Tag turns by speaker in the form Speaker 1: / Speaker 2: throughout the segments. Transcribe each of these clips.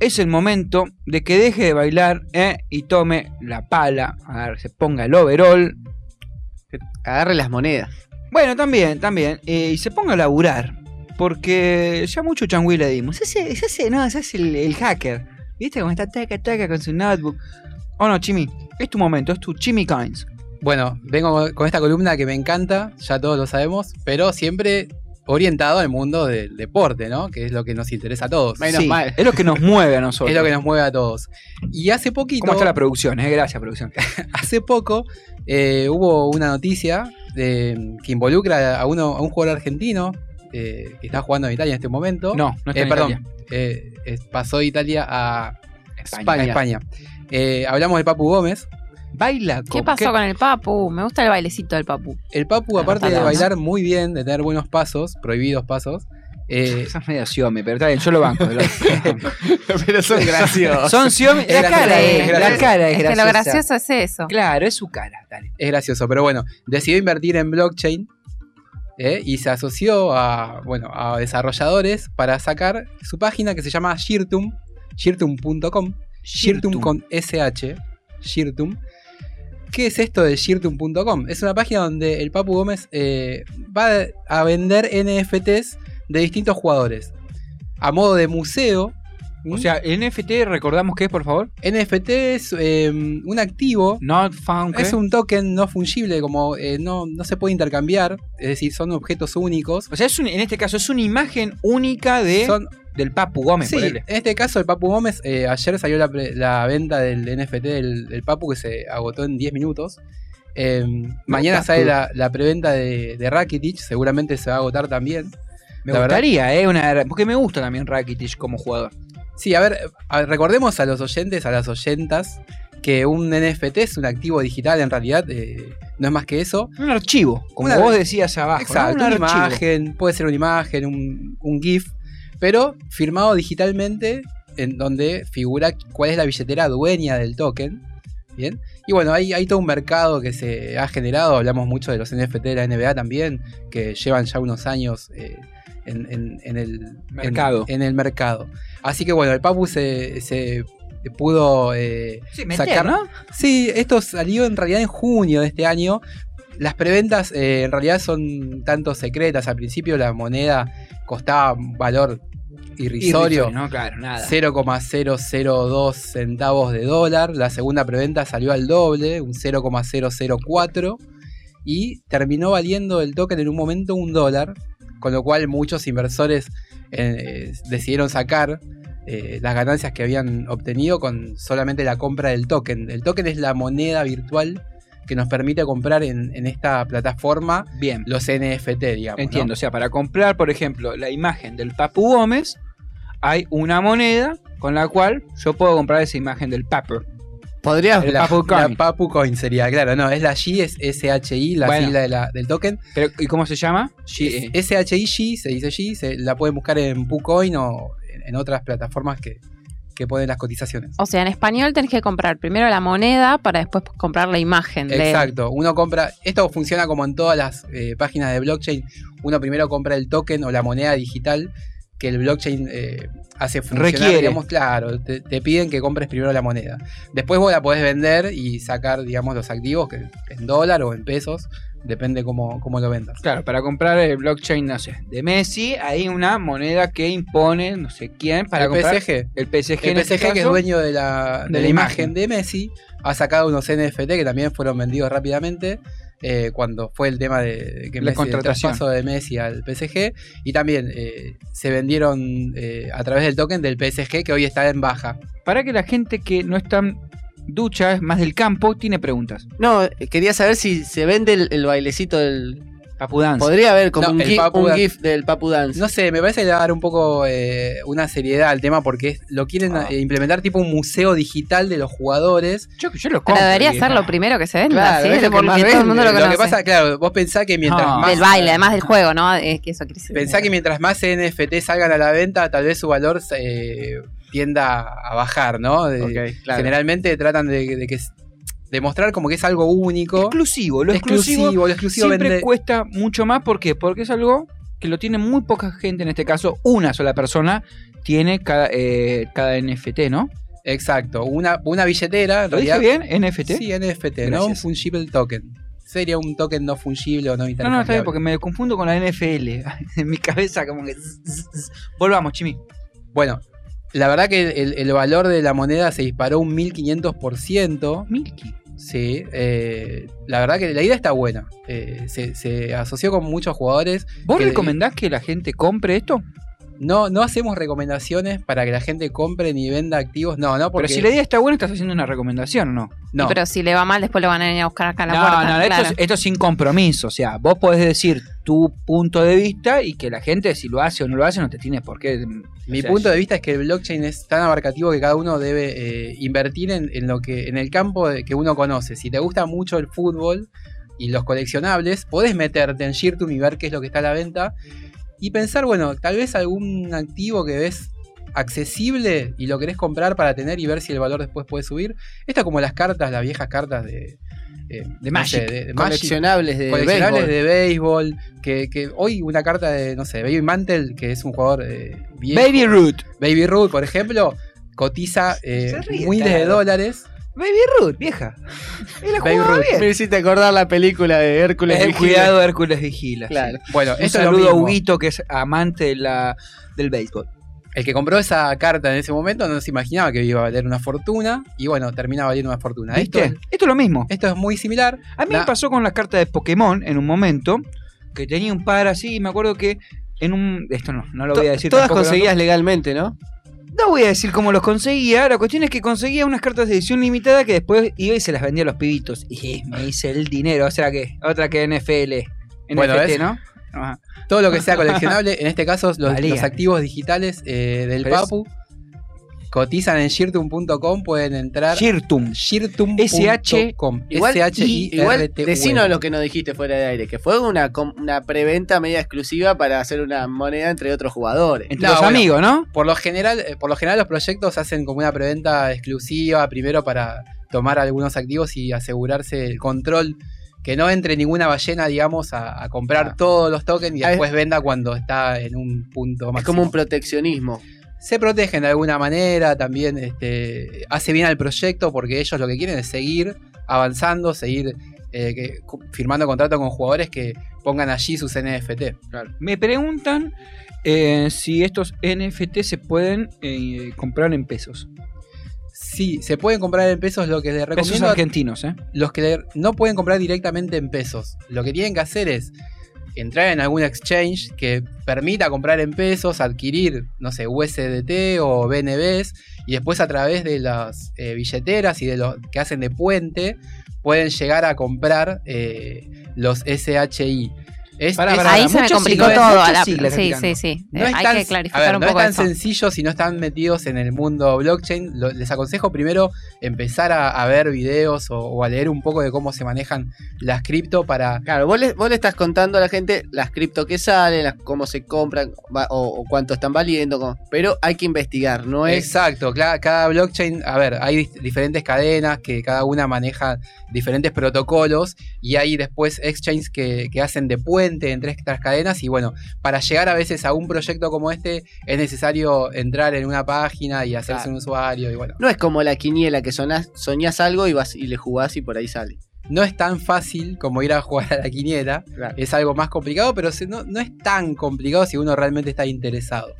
Speaker 1: es el momento de que deje de bailar ¿eh? y tome la pala, agarre- se ponga el overall.
Speaker 2: Agarre las monedas.
Speaker 1: Bueno, también, también. eh, y se ponga a laburar. Porque ya mucho changüí le dimos. Ese, es ese, no, ese es el, el hacker. ¿Viste cómo está taca, taca con su notebook? Oh no, Chimi, es tu momento, es tu Chimi Coins.
Speaker 3: Bueno, vengo con esta columna que me encanta, ya todos lo sabemos, pero siempre orientado al mundo del deporte, ¿no? Que es lo que nos interesa a todos.
Speaker 2: Menos
Speaker 1: Sí,
Speaker 2: mal.
Speaker 1: Es lo que nos mueve a nosotros.
Speaker 3: Es lo que nos mueve a todos. Y hace poquito,
Speaker 1: ¿Cómo está la producción? eh? Gracias, producción.
Speaker 3: hace poco, eh, hubo una noticia de- que involucra a, uno, a un jugador argentino eh, que está jugando en Italia en este momento.
Speaker 1: No, no está
Speaker 3: Eh,
Speaker 1: en
Speaker 3: perdón,
Speaker 1: Italia.
Speaker 3: eh, es- pasó de Italia a
Speaker 2: España.
Speaker 3: a España. Eh, hablamos del Papu Gómez.
Speaker 1: Baila
Speaker 4: ¿Qué pasó con el papu? Me gusta el bailecito del papu.
Speaker 3: El Papu,
Speaker 4: Ah,
Speaker 3: aparte de
Speaker 4: perdón,
Speaker 3: bailar muy bien, de tener buenos pasos, prohibidos pasos, eh,
Speaker 1: Esas medias Xiaomi, pero está bien, yo lo banco. lo-
Speaker 2: Pero son graciosos.
Speaker 1: Son Xiaomi. La
Speaker 3: gracioso,
Speaker 1: cara
Speaker 4: es
Speaker 1: es, la
Speaker 3: gracioso.
Speaker 1: cara es
Speaker 4: Es que lo
Speaker 1: graciosa.
Speaker 4: gracioso es eso.
Speaker 1: Claro, es su cara. Dale.
Speaker 3: es gracioso. Pero bueno, decidió invertir en blockchain eh, y se asoció a, bueno, a desarrolladores para sacar su página que se llama Shirtum, shirtum.com, shirtum con SH, shirtum. ¿Qué es esto de shirtum.com? Es una página donde el Papu Gómez eh, va a vender NFTs de distintos jugadores. A modo de museo.
Speaker 1: O
Speaker 3: ¿m?
Speaker 1: sea, el NFT, recordamos qué es, por favor.
Speaker 3: NFT es eh, un activo
Speaker 1: Not found. ¿qué?
Speaker 3: Es un token no fungible, como eh, no, no se puede intercambiar, es decir, son objetos únicos.
Speaker 1: O sea, es un- en este caso es una imagen única de,
Speaker 3: Son,
Speaker 1: del Papu Gómez.
Speaker 3: sí, en
Speaker 1: ponele.
Speaker 3: este caso el Papu Gómez, eh, ayer salió la, pre- la venta del NFT del, del Papu que se agotó en 10 minutos. Eh, mañana
Speaker 1: Papu.
Speaker 3: sale la, la preventa de, de Rakitic, seguramente se va a agotar también.
Speaker 1: Me
Speaker 3: la verdad-
Speaker 1: gustaría, ¿eh? Una, porque me gusta también Rakitic como jugador.
Speaker 3: Sí, a ver, a ver, recordemos a los oyentes, a las oyentas, que un NFT es un activo digital en realidad, eh, no es más que eso.
Speaker 1: Un archivo, como
Speaker 3: Una-
Speaker 1: vos decías abajo. ¿no?
Speaker 3: Exacto,
Speaker 1: Un
Speaker 3: una
Speaker 1: archivo.
Speaker 3: imagen, puede ser una imagen, un, un GIF, pero firmado digitalmente, en donde figura cuál es la billetera dueña del token. Bien. Y bueno, hay, hay todo un mercado que se ha generado. Hablamos mucho de los NFT de la NBA también, que llevan ya unos años eh, en, en- en el en-
Speaker 1: Mercado.
Speaker 3: En, el mercado. Así que bueno, el Papu se, se pudo eh,
Speaker 1: Sí, meter,
Speaker 3: sacar-
Speaker 1: ¿no?
Speaker 3: Sí, esto salió en realidad en junio de este año. Las preventas eh, en realidad son tanto secretas. Al principio la moneda costaba un valor irrisorio.
Speaker 1: No, claro, nada.
Speaker 3: 0,002 centavos de dólar. La segunda preventa salió al doble, un 0,004. Y terminó valiendo el token en un momento un dólar. Con lo cual muchos inversores eh, decidieron sacar eh, las ganancias que habían obtenido con solamente la compra del token. El token es la moneda virtual que nos permite comprar en, en esta plataforma
Speaker 1: Bien.
Speaker 3: los NFT, digamos. ¿no?
Speaker 1: Entiendo, o sea, para comprar, por ejemplo, la imagen del Papu Gómez, hay una moneda con la cual yo puedo comprar esa imagen del Papu.
Speaker 2: Podrías.
Speaker 1: El
Speaker 3: La,
Speaker 1: Papu
Speaker 3: la
Speaker 1: Coin.
Speaker 3: Papu Coin sería, claro, no, es la G, es SHI, la
Speaker 1: Bueno.
Speaker 3: sigla de la- del token.
Speaker 1: Pero, ¿Y cómo se llama? G- eh,
Speaker 3: Es- SHIG, se dice G, se la pueden buscar en PuCoin o en en otras plataformas que, que ponen las cotizaciones.
Speaker 4: O sea, en español tenés que comprar primero la moneda para después comprar la imagen. de-
Speaker 3: Exacto, uno compra, esto funciona como en todas las eh, páginas de blockchain, uno primero compra el token o la moneda digital que el blockchain eh, hace funcionar,
Speaker 1: Requiere.
Speaker 3: digamos, claro, te, te piden que compres primero la moneda. Después vos la podés vender y sacar, digamos, los activos que, en dólar o en pesos, depende cómo, cómo lo vendas.
Speaker 1: Claro, para comprar el blockchain, no sé, de Messi, hay una moneda que impone no sé quién para
Speaker 3: el
Speaker 1: comprar
Speaker 3: PSG.
Speaker 1: el PSG. en
Speaker 3: El
Speaker 1: este
Speaker 3: PSG, que es
Speaker 1: caso.
Speaker 3: dueño de la,
Speaker 1: de
Speaker 3: de la
Speaker 1: la
Speaker 3: imagen
Speaker 1: imagen.
Speaker 3: de Messi, ha sacado unos NFT que también fueron vendidos rápidamente eh, cuando fue el tema de que
Speaker 1: La
Speaker 3: Messi-
Speaker 1: contratación.
Speaker 3: el traspaso de Messi al PSG. Y también eh, se vendieron eh, a través del token del PSG que hoy está en baja.
Speaker 1: Para que la gente que no es tan ducha, es más del campo, tiene preguntas.
Speaker 2: No, eh, quería saber si se vende el, el bailecito del.
Speaker 1: Papu Dance.
Speaker 2: Podría haber como
Speaker 3: No,
Speaker 2: un,
Speaker 3: el
Speaker 2: gif,
Speaker 3: Papu
Speaker 2: un
Speaker 3: Dan-
Speaker 2: gif del Papu Dance.
Speaker 3: No sé, me parece que le va a dar un poco eh, una seriedad al tema porque es- lo quieren
Speaker 1: Ah.
Speaker 3: eh, implementar tipo un museo digital de los jugadores.
Speaker 1: Yo, yo lo
Speaker 4: Pero
Speaker 1: compro.
Speaker 4: debería
Speaker 1: vieja.
Speaker 4: ser lo primero que se venda,
Speaker 2: Claro,
Speaker 4: ¿sí?
Speaker 2: es lo que
Speaker 4: Porque
Speaker 2: más
Speaker 4: todo el mundo
Speaker 2: vende.
Speaker 4: lo
Speaker 3: lo
Speaker 4: conoce.
Speaker 3: que pasa, claro, vos pensás que mientras
Speaker 1: Ah.
Speaker 3: más...
Speaker 4: Del baile, además del juego, ¿no? Es que eso quiere decir.
Speaker 3: Pensá que mientras más NFT salgan a la venta, tal vez su valor eh, tienda a bajar, ¿no? De-
Speaker 2: Ok, claro.
Speaker 3: Generalmente tratan de, de que s- demostrar como que es algo único,
Speaker 1: Exclusivo, lo exclusivo,
Speaker 3: lo exclusivo
Speaker 1: siempre
Speaker 3: vende-
Speaker 1: cuesta mucho más. ¿Por qué? Porque es algo que lo tiene muy poca gente, en este caso, una sola persona tiene cada, eh, cada NFT, ¿no?
Speaker 3: Exacto, una, una billetera. en
Speaker 1: ¿Lo dije
Speaker 3: realidad-
Speaker 1: bien? ¿NFT?
Speaker 3: Sí, NFT, no
Speaker 1: Gracias.
Speaker 3: un fungible token. Sería un token no fungible o
Speaker 1: No,
Speaker 3: no
Speaker 1: no, está
Speaker 3: intercambiable.
Speaker 1: bien, porque me confundo con la NFL. en mi cabeza, como que. zzz, zzz, zzz. Volvamos, Chimi.
Speaker 3: Bueno, la verdad que el, el valor de la moneda se disparó un 1500%.
Speaker 1: Milky.
Speaker 3: Sí, eh, la verdad que la idea está buena. Eh, se, se asoció con muchos jugadores.
Speaker 1: ¿Vos
Speaker 3: Que-
Speaker 1: recomendás que la gente compre esto?
Speaker 3: No, no hacemos recomendaciones para que la gente compre ni venda activos. No, no, porque
Speaker 1: Pero si la idea está buena, estás haciendo una recomendación, ¿no?
Speaker 3: no.
Speaker 4: Pero si le va mal, después lo van a venir a buscar acá a la
Speaker 1: no,
Speaker 4: puerta.
Speaker 1: no, esto,
Speaker 4: claro.
Speaker 1: es, esto es sin compromiso. O sea, vos podés decir tu punto de vista y que la gente, si lo hace o no lo hace, no te tiene por qué.
Speaker 3: Mi
Speaker 1: o sea,
Speaker 3: punto de vista es que el blockchain es tan abarcativo que cada uno debe eh, invertir en, en lo que, en el campo de- que uno conoce. Si te gusta mucho el fútbol y los coleccionables, podés meterte en Shirtum y ver qué es lo que está a la venta. Y pensar, bueno, tal vez algún activo que ves accesible y lo querés comprar para tener y ver si el valor después puede subir. Esto es como las cartas, las viejas cartas de, eh,
Speaker 1: De
Speaker 3: no sé,
Speaker 1: Magic.
Speaker 3: de- de Magic
Speaker 2: Coleccionables de
Speaker 3: coleccionables
Speaker 2: béisbol.
Speaker 3: de béisbol. Que, que hoy una carta de, no sé, Baby Mantle, que es un jugador eh, viejo.
Speaker 1: Baby Root.
Speaker 3: Baby Ruth, por ejemplo, cotiza eh,
Speaker 1: Se ríe,
Speaker 3: miles de
Speaker 1: tarado.
Speaker 3: dólares.
Speaker 1: Baby Root, vieja. Él la
Speaker 3: Baby
Speaker 1: jugaba
Speaker 3: Ruth.
Speaker 1: bien.
Speaker 2: Me hiciste acordar la película de Hércules.
Speaker 1: Eh,
Speaker 2: Vigila.
Speaker 1: cuidado, Hércules vigila.
Speaker 2: Claro.
Speaker 3: Bueno,
Speaker 1: Un
Speaker 3: esto es lo
Speaker 1: saludo a
Speaker 3: mismo.
Speaker 1: Huguito, que es amante de la, del béisbol.
Speaker 3: El que compró esa carta en ese momento no se imaginaba que iba a valer una fortuna. Y bueno, termina valiendo una fortuna. Esto,
Speaker 1: ¿Viste? Esto es lo mismo.
Speaker 3: esto es muy similar.
Speaker 1: A mí
Speaker 3: La-
Speaker 1: me pasó con las cartas de Pokémon en un momento, que tenía un par así, y me acuerdo que en un... Esto no, no lo voy a decir.
Speaker 2: Todas
Speaker 1: tampoco,
Speaker 2: conseguías legalmente, ¿no?
Speaker 1: No voy a decir cómo los conseguía, la cuestión es que conseguía unas cartas de edición limitada que después iba y se las vendía a los pibitos. Y me hice el dinero, o sea que, otra que NFL. NFT,
Speaker 3: Bueno, ¿ves?
Speaker 1: ¿no? Ajá.
Speaker 3: Todo lo que sea coleccionable, en este caso los,
Speaker 1: Valía.
Speaker 3: los activos digitales eh, del
Speaker 1: Pero es-
Speaker 3: Papu, cotizan en shirtum.com, pueden entrar.
Speaker 1: Shirtum.
Speaker 3: Shirtum.com.
Speaker 2: Igual, y- igual
Speaker 3: S-H-I-R-T-U-M.
Speaker 2: decinos lo que nos dijiste fuera de aire, que fue una, com- una preventa media exclusiva para hacer una moneda entre otros jugadores.
Speaker 1: Entre
Speaker 3: No,
Speaker 1: los
Speaker 3: bueno.
Speaker 1: amigos, ¿no?
Speaker 3: Por lo general, eh, por lo general los proyectos hacen como una preventa exclusiva, primero para tomar algunos activos y asegurarse el control, que no entre ninguna ballena, digamos, a, a comprar
Speaker 2: Ah.
Speaker 3: todos los tokens y
Speaker 2: Ah, es-
Speaker 3: después venda cuando está en un punto más.
Speaker 2: Es como un proteccionismo.
Speaker 3: Se protegen de alguna manera, también este, hace bien al proyecto porque ellos lo que quieren es seguir avanzando, seguir eh, que- cu- firmando contrato con jugadores que pongan allí sus NFT.
Speaker 1: Me preguntan eh, si estos NFT se pueden eh, comprar en pesos.
Speaker 3: Sí, se pueden comprar en pesos lo que les
Speaker 1: Pesos
Speaker 3: recomiendo a
Speaker 1: argentinos, ¿eh?
Speaker 3: los que no pueden comprar directamente en pesos. Lo que tienen que hacer es entrar en algún exchange que permita comprar en pesos, adquirir, no sé, USDT o BNBs, y después a través de las eh, billeteras y de los que hacen de puente, pueden llegar a comprar eh, los SHI. Es,
Speaker 1: Pará,
Speaker 3: es-
Speaker 1: pará,
Speaker 4: Ahí
Speaker 1: muchas
Speaker 4: se me complicó
Speaker 1: siglas,
Speaker 4: todo.
Speaker 1: muchas
Speaker 4: a la-
Speaker 1: siglas
Speaker 4: sí,
Speaker 1: explicando.
Speaker 4: sí, sí.
Speaker 3: no
Speaker 4: Eh,
Speaker 3: es
Speaker 4: hay
Speaker 3: tan-
Speaker 4: que clarificar
Speaker 3: a ver,
Speaker 4: un
Speaker 3: no
Speaker 4: poco
Speaker 3: es tan
Speaker 4: eso.
Speaker 3: sencillo si no están metidos en el mundo blockchain. Lo- les aconsejo primero empezar a, a ver videos o, o a leer un poco de cómo se manejan las cripto para
Speaker 2: Claro, vos le, vos le estás contando a la gente las cripto que salen, las, cómo se compran va- o, o cuánto están valiendo, cómo- pero hay que investigar, no es...
Speaker 3: Exacto, cla- cada blockchain, a ver, hay dis- diferentes cadenas que cada una maneja diferentes protocolos y hay después exchanges que, que hacen de puente entre estas cadenas y bueno, para llegar a veces a un proyecto como este es necesario entrar en una página y hacerse
Speaker 2: Claro.
Speaker 3: un usuario y bueno,
Speaker 2: No es como la quiniela que sonás- soñás algo y vas y le jugás y por ahí sale.
Speaker 3: no es tan fácil como ir a jugar a la quiniela,
Speaker 2: Claro.
Speaker 3: es algo más complicado, pero se- no, no es tan complicado si uno realmente está interesado.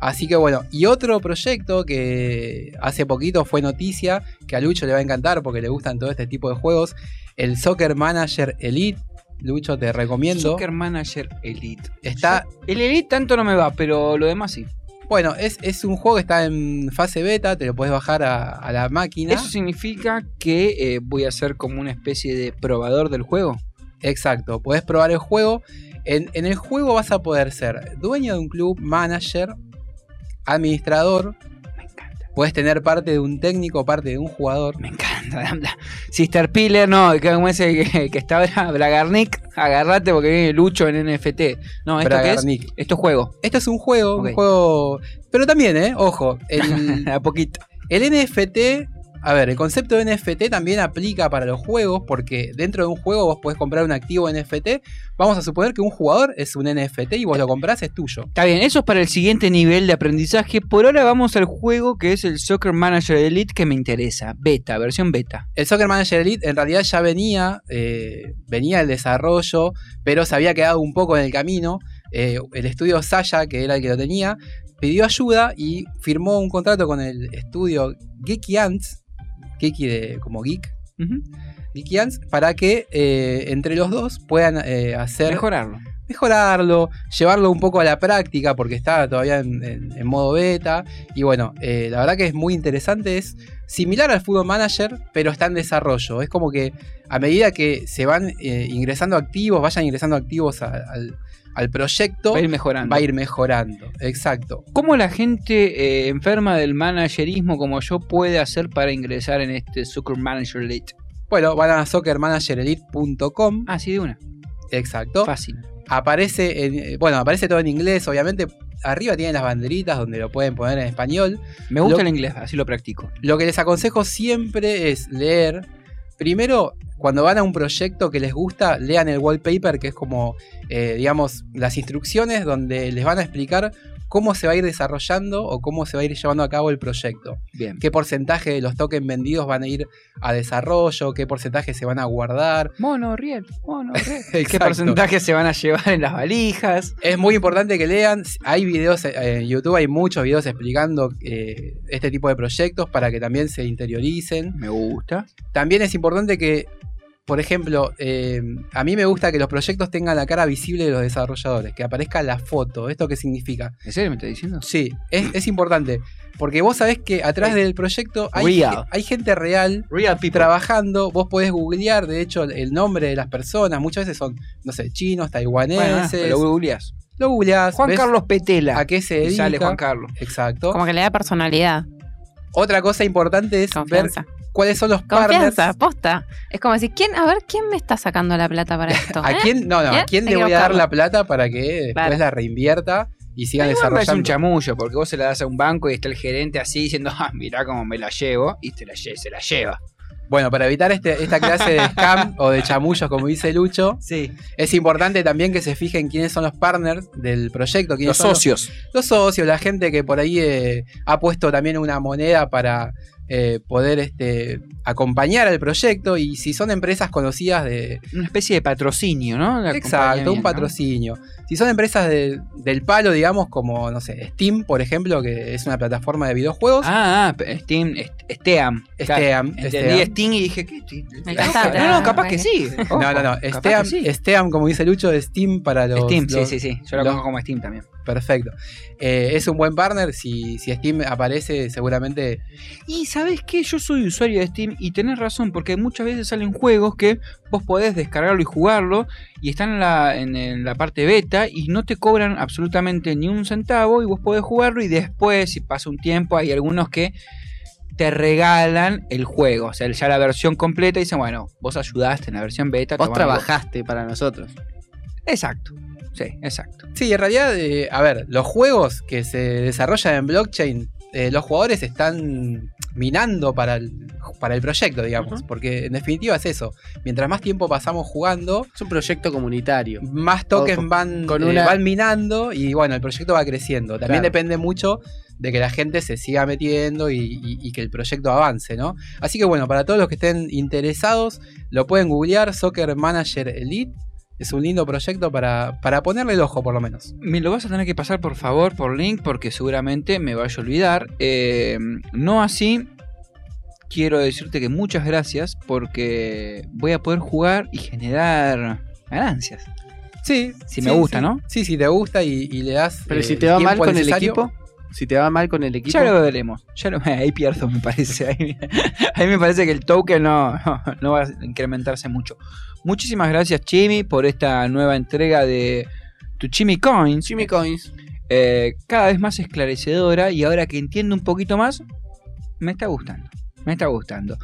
Speaker 3: Así que bueno, y otro proyecto que hace poquito fue noticia, que a Lucho le va a encantar porque le gustan todo este tipo de juegos, el Soccer Manager Elite. Lucho, te recomiendo.
Speaker 1: Soccer Manager Elite.
Speaker 3: Está,
Speaker 1: El Elite tanto no me va, pero lo demás sí.
Speaker 3: bueno, es, es un juego que está en fase beta, te lo puedes bajar a, a la máquina.
Speaker 1: Eso significa que eh, voy a ser como una especie de probador del juego.
Speaker 3: Exacto, podés probar el juego. En, en el juego vas a poder ser dueño de un club, manager, administrador.
Speaker 1: Me encanta.
Speaker 3: Puedes tener parte de un técnico, parte de un jugador.
Speaker 1: Me encanta. Sister Piller, no, que como ese que, que está ahora, Bragarnik, agarrate porque viene Lucho en NFT. No, ¿esto qué es?
Speaker 3: Bragarnik.
Speaker 1: Esto es juego.
Speaker 3: Esto es un juego,
Speaker 1: Ok.
Speaker 3: un juego. Pero también, ¿eh? Ojo, el,
Speaker 1: A poquito.
Speaker 3: el NFT A ver, el concepto de NFT también aplica para los juegos, porque dentro de un juego vos podés comprar un activo NFT. Vamos a suponer que un jugador es un NFT y vos lo comprás, es tuyo.
Speaker 1: Está bien, eso es para el siguiente nivel de aprendizaje. Por ahora vamos al juego que es el Soccer Manager Elite que me interesa. Beta, versión beta.
Speaker 3: El Soccer Manager Elite en realidad ya venía, eh, venía el desarrollo, pero se había quedado un poco en el camino. Eh, el estudio Saya, que era el que lo tenía, pidió ayuda y firmó un contrato con el estudio Geeky Ants, Geeky de, como geek,
Speaker 1: Ujú.
Speaker 3: Geeky Ants, para que eh, entre los dos puedan eh, hacer
Speaker 1: Mejorarlo.
Speaker 3: mejorarlo, llevarlo un poco a la práctica porque está todavía en, en- en modo beta. Y bueno, eh, la verdad que es muy interesante, es similar al Football Manager, pero está en desarrollo. Es como que a medida que se van eh, ingresando activos, vayan ingresando activos a- al, al proyecto,
Speaker 1: Va a ir mejorando.
Speaker 3: va a ir mejorando. Exacto.
Speaker 1: ¿Cómo la gente eh, enferma del managerismo como yo puede hacer para ingresar en este Soccer Manager Elite?
Speaker 3: Bueno, van a soccermanagerelite.com,
Speaker 1: Ah, sí, de una.
Speaker 3: exacto.
Speaker 1: Fácil.
Speaker 3: Aparece, en- eh, bueno, aparece todo en inglés, obviamente. Arriba tienen las banderitas donde lo pueden poner en español.
Speaker 1: Me gusta
Speaker 3: Lo-
Speaker 1: el inglés, así lo practico.
Speaker 3: Lo que les aconsejo siempre es leer. Primero, cuando van a un proyecto que les gusta, lean el wallpaper, que es como, eh, digamos, las instrucciones donde les van a explicar cómo se va a ir desarrollando o cómo se va a ir llevando a cabo el proyecto.
Speaker 1: Bien.
Speaker 3: Qué porcentaje de los tokens vendidos van a ir a desarrollo, qué porcentaje se van a guardar.
Speaker 1: Mono, riel, mono, riel. ¿Qué
Speaker 3: Exacto.
Speaker 1: porcentaje se van a llevar en las valijas?
Speaker 3: Es muy importante que lean. Hay videos eh, en YouTube, hay muchos videos explicando eh, este tipo de proyectos para que también se interioricen.
Speaker 1: Me gusta.
Speaker 3: También es importante que, por ejemplo, eh, a mí me gusta que los proyectos tengan la cara visible de los desarrolladores, que aparezca la foto. ¿Esto qué significa?
Speaker 1: ¿En serio me estás diciendo?
Speaker 3: Sí, es, es importante, porque vos sabés que atrás del proyecto hay,
Speaker 1: Real.
Speaker 3: hay gente real
Speaker 1: Real people.
Speaker 3: trabajando, vos podés googlear, de hecho, el- el nombre de las personas, muchas veces son, no sé, chinos,
Speaker 1: Bueno,
Speaker 3: taiwaneses,
Speaker 1: lo
Speaker 3: lo,
Speaker 1: googleás.
Speaker 3: googleás,
Speaker 1: Juan
Speaker 3: ves
Speaker 1: Carlos Petela.
Speaker 3: a qué se
Speaker 1: Y
Speaker 3: dedica.
Speaker 1: sale Juan Carlos.
Speaker 3: Exacto.
Speaker 4: Como que le da personalidad,
Speaker 3: Otra cosa importante es
Speaker 4: confianza.
Speaker 3: ver cuáles son los partners.
Speaker 4: Confianza, aposta. Es como decir, ¿quién, a ver, ¿quién me está sacando la plata para esto?
Speaker 3: ¿A
Speaker 4: ¿Eh?
Speaker 3: quién, no, no,
Speaker 4: ¿Eh?
Speaker 3: ¿a quién
Speaker 4: Hay
Speaker 3: le
Speaker 4: que
Speaker 3: voy a dar
Speaker 4: buscarlo.
Speaker 3: la plata para que después
Speaker 4: Claro.
Speaker 3: la reinvierta y siga
Speaker 1: Igual me parece un
Speaker 3: desarrollando?
Speaker 1: chamullo, porque vos se la das a un banco y está el gerente así diciendo, ah, mirá cómo me la llevo, y te la lle- se la lleva.
Speaker 3: Bueno, para evitar este- esta clase de scam o de chamullos, como dice Lucho,
Speaker 1: Sí.
Speaker 3: es importante también que se fijen quiénes son los partners del proyecto, quiénes
Speaker 1: Los
Speaker 3: son
Speaker 1: socios.
Speaker 3: Los, los socios, la gente que por ahí eh, ha puesto también una moneda para eh, poder este, acompañar al proyecto y si son empresas conocidas de,
Speaker 1: Una especie de patrocinio, ¿no? De
Speaker 3: Exacto, un
Speaker 1: acompañamiento.
Speaker 3: patrocinio. Si son empresas de- del palo, digamos, como, no sé, Steam, por ejemplo, que es una plataforma de videojuegos,
Speaker 1: Ah, ah, pe- Steam, est- Steam. Claro,
Speaker 3: Steam,
Speaker 1: Entendí
Speaker 3: Steam.
Speaker 1: Steam y dije, ¿qué? Steam?
Speaker 4: Encantaste.
Speaker 1: No, no, capaz que sí. Ojo,
Speaker 3: No, no, no, este
Speaker 1: capaz que
Speaker 3: Steam,
Speaker 1: sí.
Speaker 3: Steam, como dice Lucho, de Steam para los...
Speaker 1: Steam, sí,
Speaker 3: los-
Speaker 1: sí, sí. Yo la
Speaker 3: los-
Speaker 1: conozco como Steam también.
Speaker 3: Perfecto. Eh, es un buen partner, si, si Steam aparece, seguramente...
Speaker 1: Y sabes qué, yo soy usuario de Steam y tenés razón, porque muchas veces salen juegos que vos podés descargarlo y jugarlo y están en la, en, en la parte beta y no te cobran absolutamente ni un centavo y vos podés jugarlo y después, si pasa un tiempo, hay algunos que te regalan el juego, o sea, ya la versión completa y dicen, bueno, vos ayudaste en la versión beta.
Speaker 2: Vos
Speaker 1: tomá,
Speaker 2: trabajaste para nosotros.
Speaker 1: Exacto, sí, exacto.
Speaker 3: Sí, en realidad, eh, a ver, los juegos que se desarrollan en blockchain, eh, los jugadores están minando para el, para el proyecto, digamos, porque en definitiva es eso. Mientras más tiempo pasamos jugando,
Speaker 2: Es un proyecto comunitario.
Speaker 3: más tokens
Speaker 2: con-
Speaker 3: van,
Speaker 2: con
Speaker 3: eh,
Speaker 2: una-
Speaker 3: van minando y bueno, el proyecto va creciendo. También
Speaker 2: Claro.
Speaker 3: depende mucho de que la gente se siga metiendo y, y- y que el proyecto avance, ¿no? Así que bueno, para todos los que estén interesados, lo pueden googlear, Soccer Manager Elite. Es un lindo proyecto para, para ponerle el ojo, por lo menos.
Speaker 1: Me lo vas a tener que pasar por favor por link porque seguramente me vaya a olvidar. Eh, no así, quiero decirte que muchas gracias porque voy a poder jugar y generar ganancias.
Speaker 3: Sí.
Speaker 1: Si
Speaker 3: sí,
Speaker 1: me gusta,
Speaker 3: sí.
Speaker 1: ¿no?
Speaker 3: Sí, si te gusta y, y le das.
Speaker 2: Pero
Speaker 3: eh,
Speaker 2: si te va mal
Speaker 3: tiempo
Speaker 2: con
Speaker 3: necesario.
Speaker 2: el equipo, si te va mal con el equipo,
Speaker 1: Ya lo veremos. Ya lo, ahí pierdo, me parece. Ahí, ahí me parece que el token no, no, no va a incrementarse mucho. Muchísimas gracias, Chimi, por esta nueva entrega de tu Chimi Coins.
Speaker 2: Jimmy Coins.
Speaker 1: eh, cada vez más esclarecedora y ahora que entiendo un poquito más, me está gustando. Me está gustando.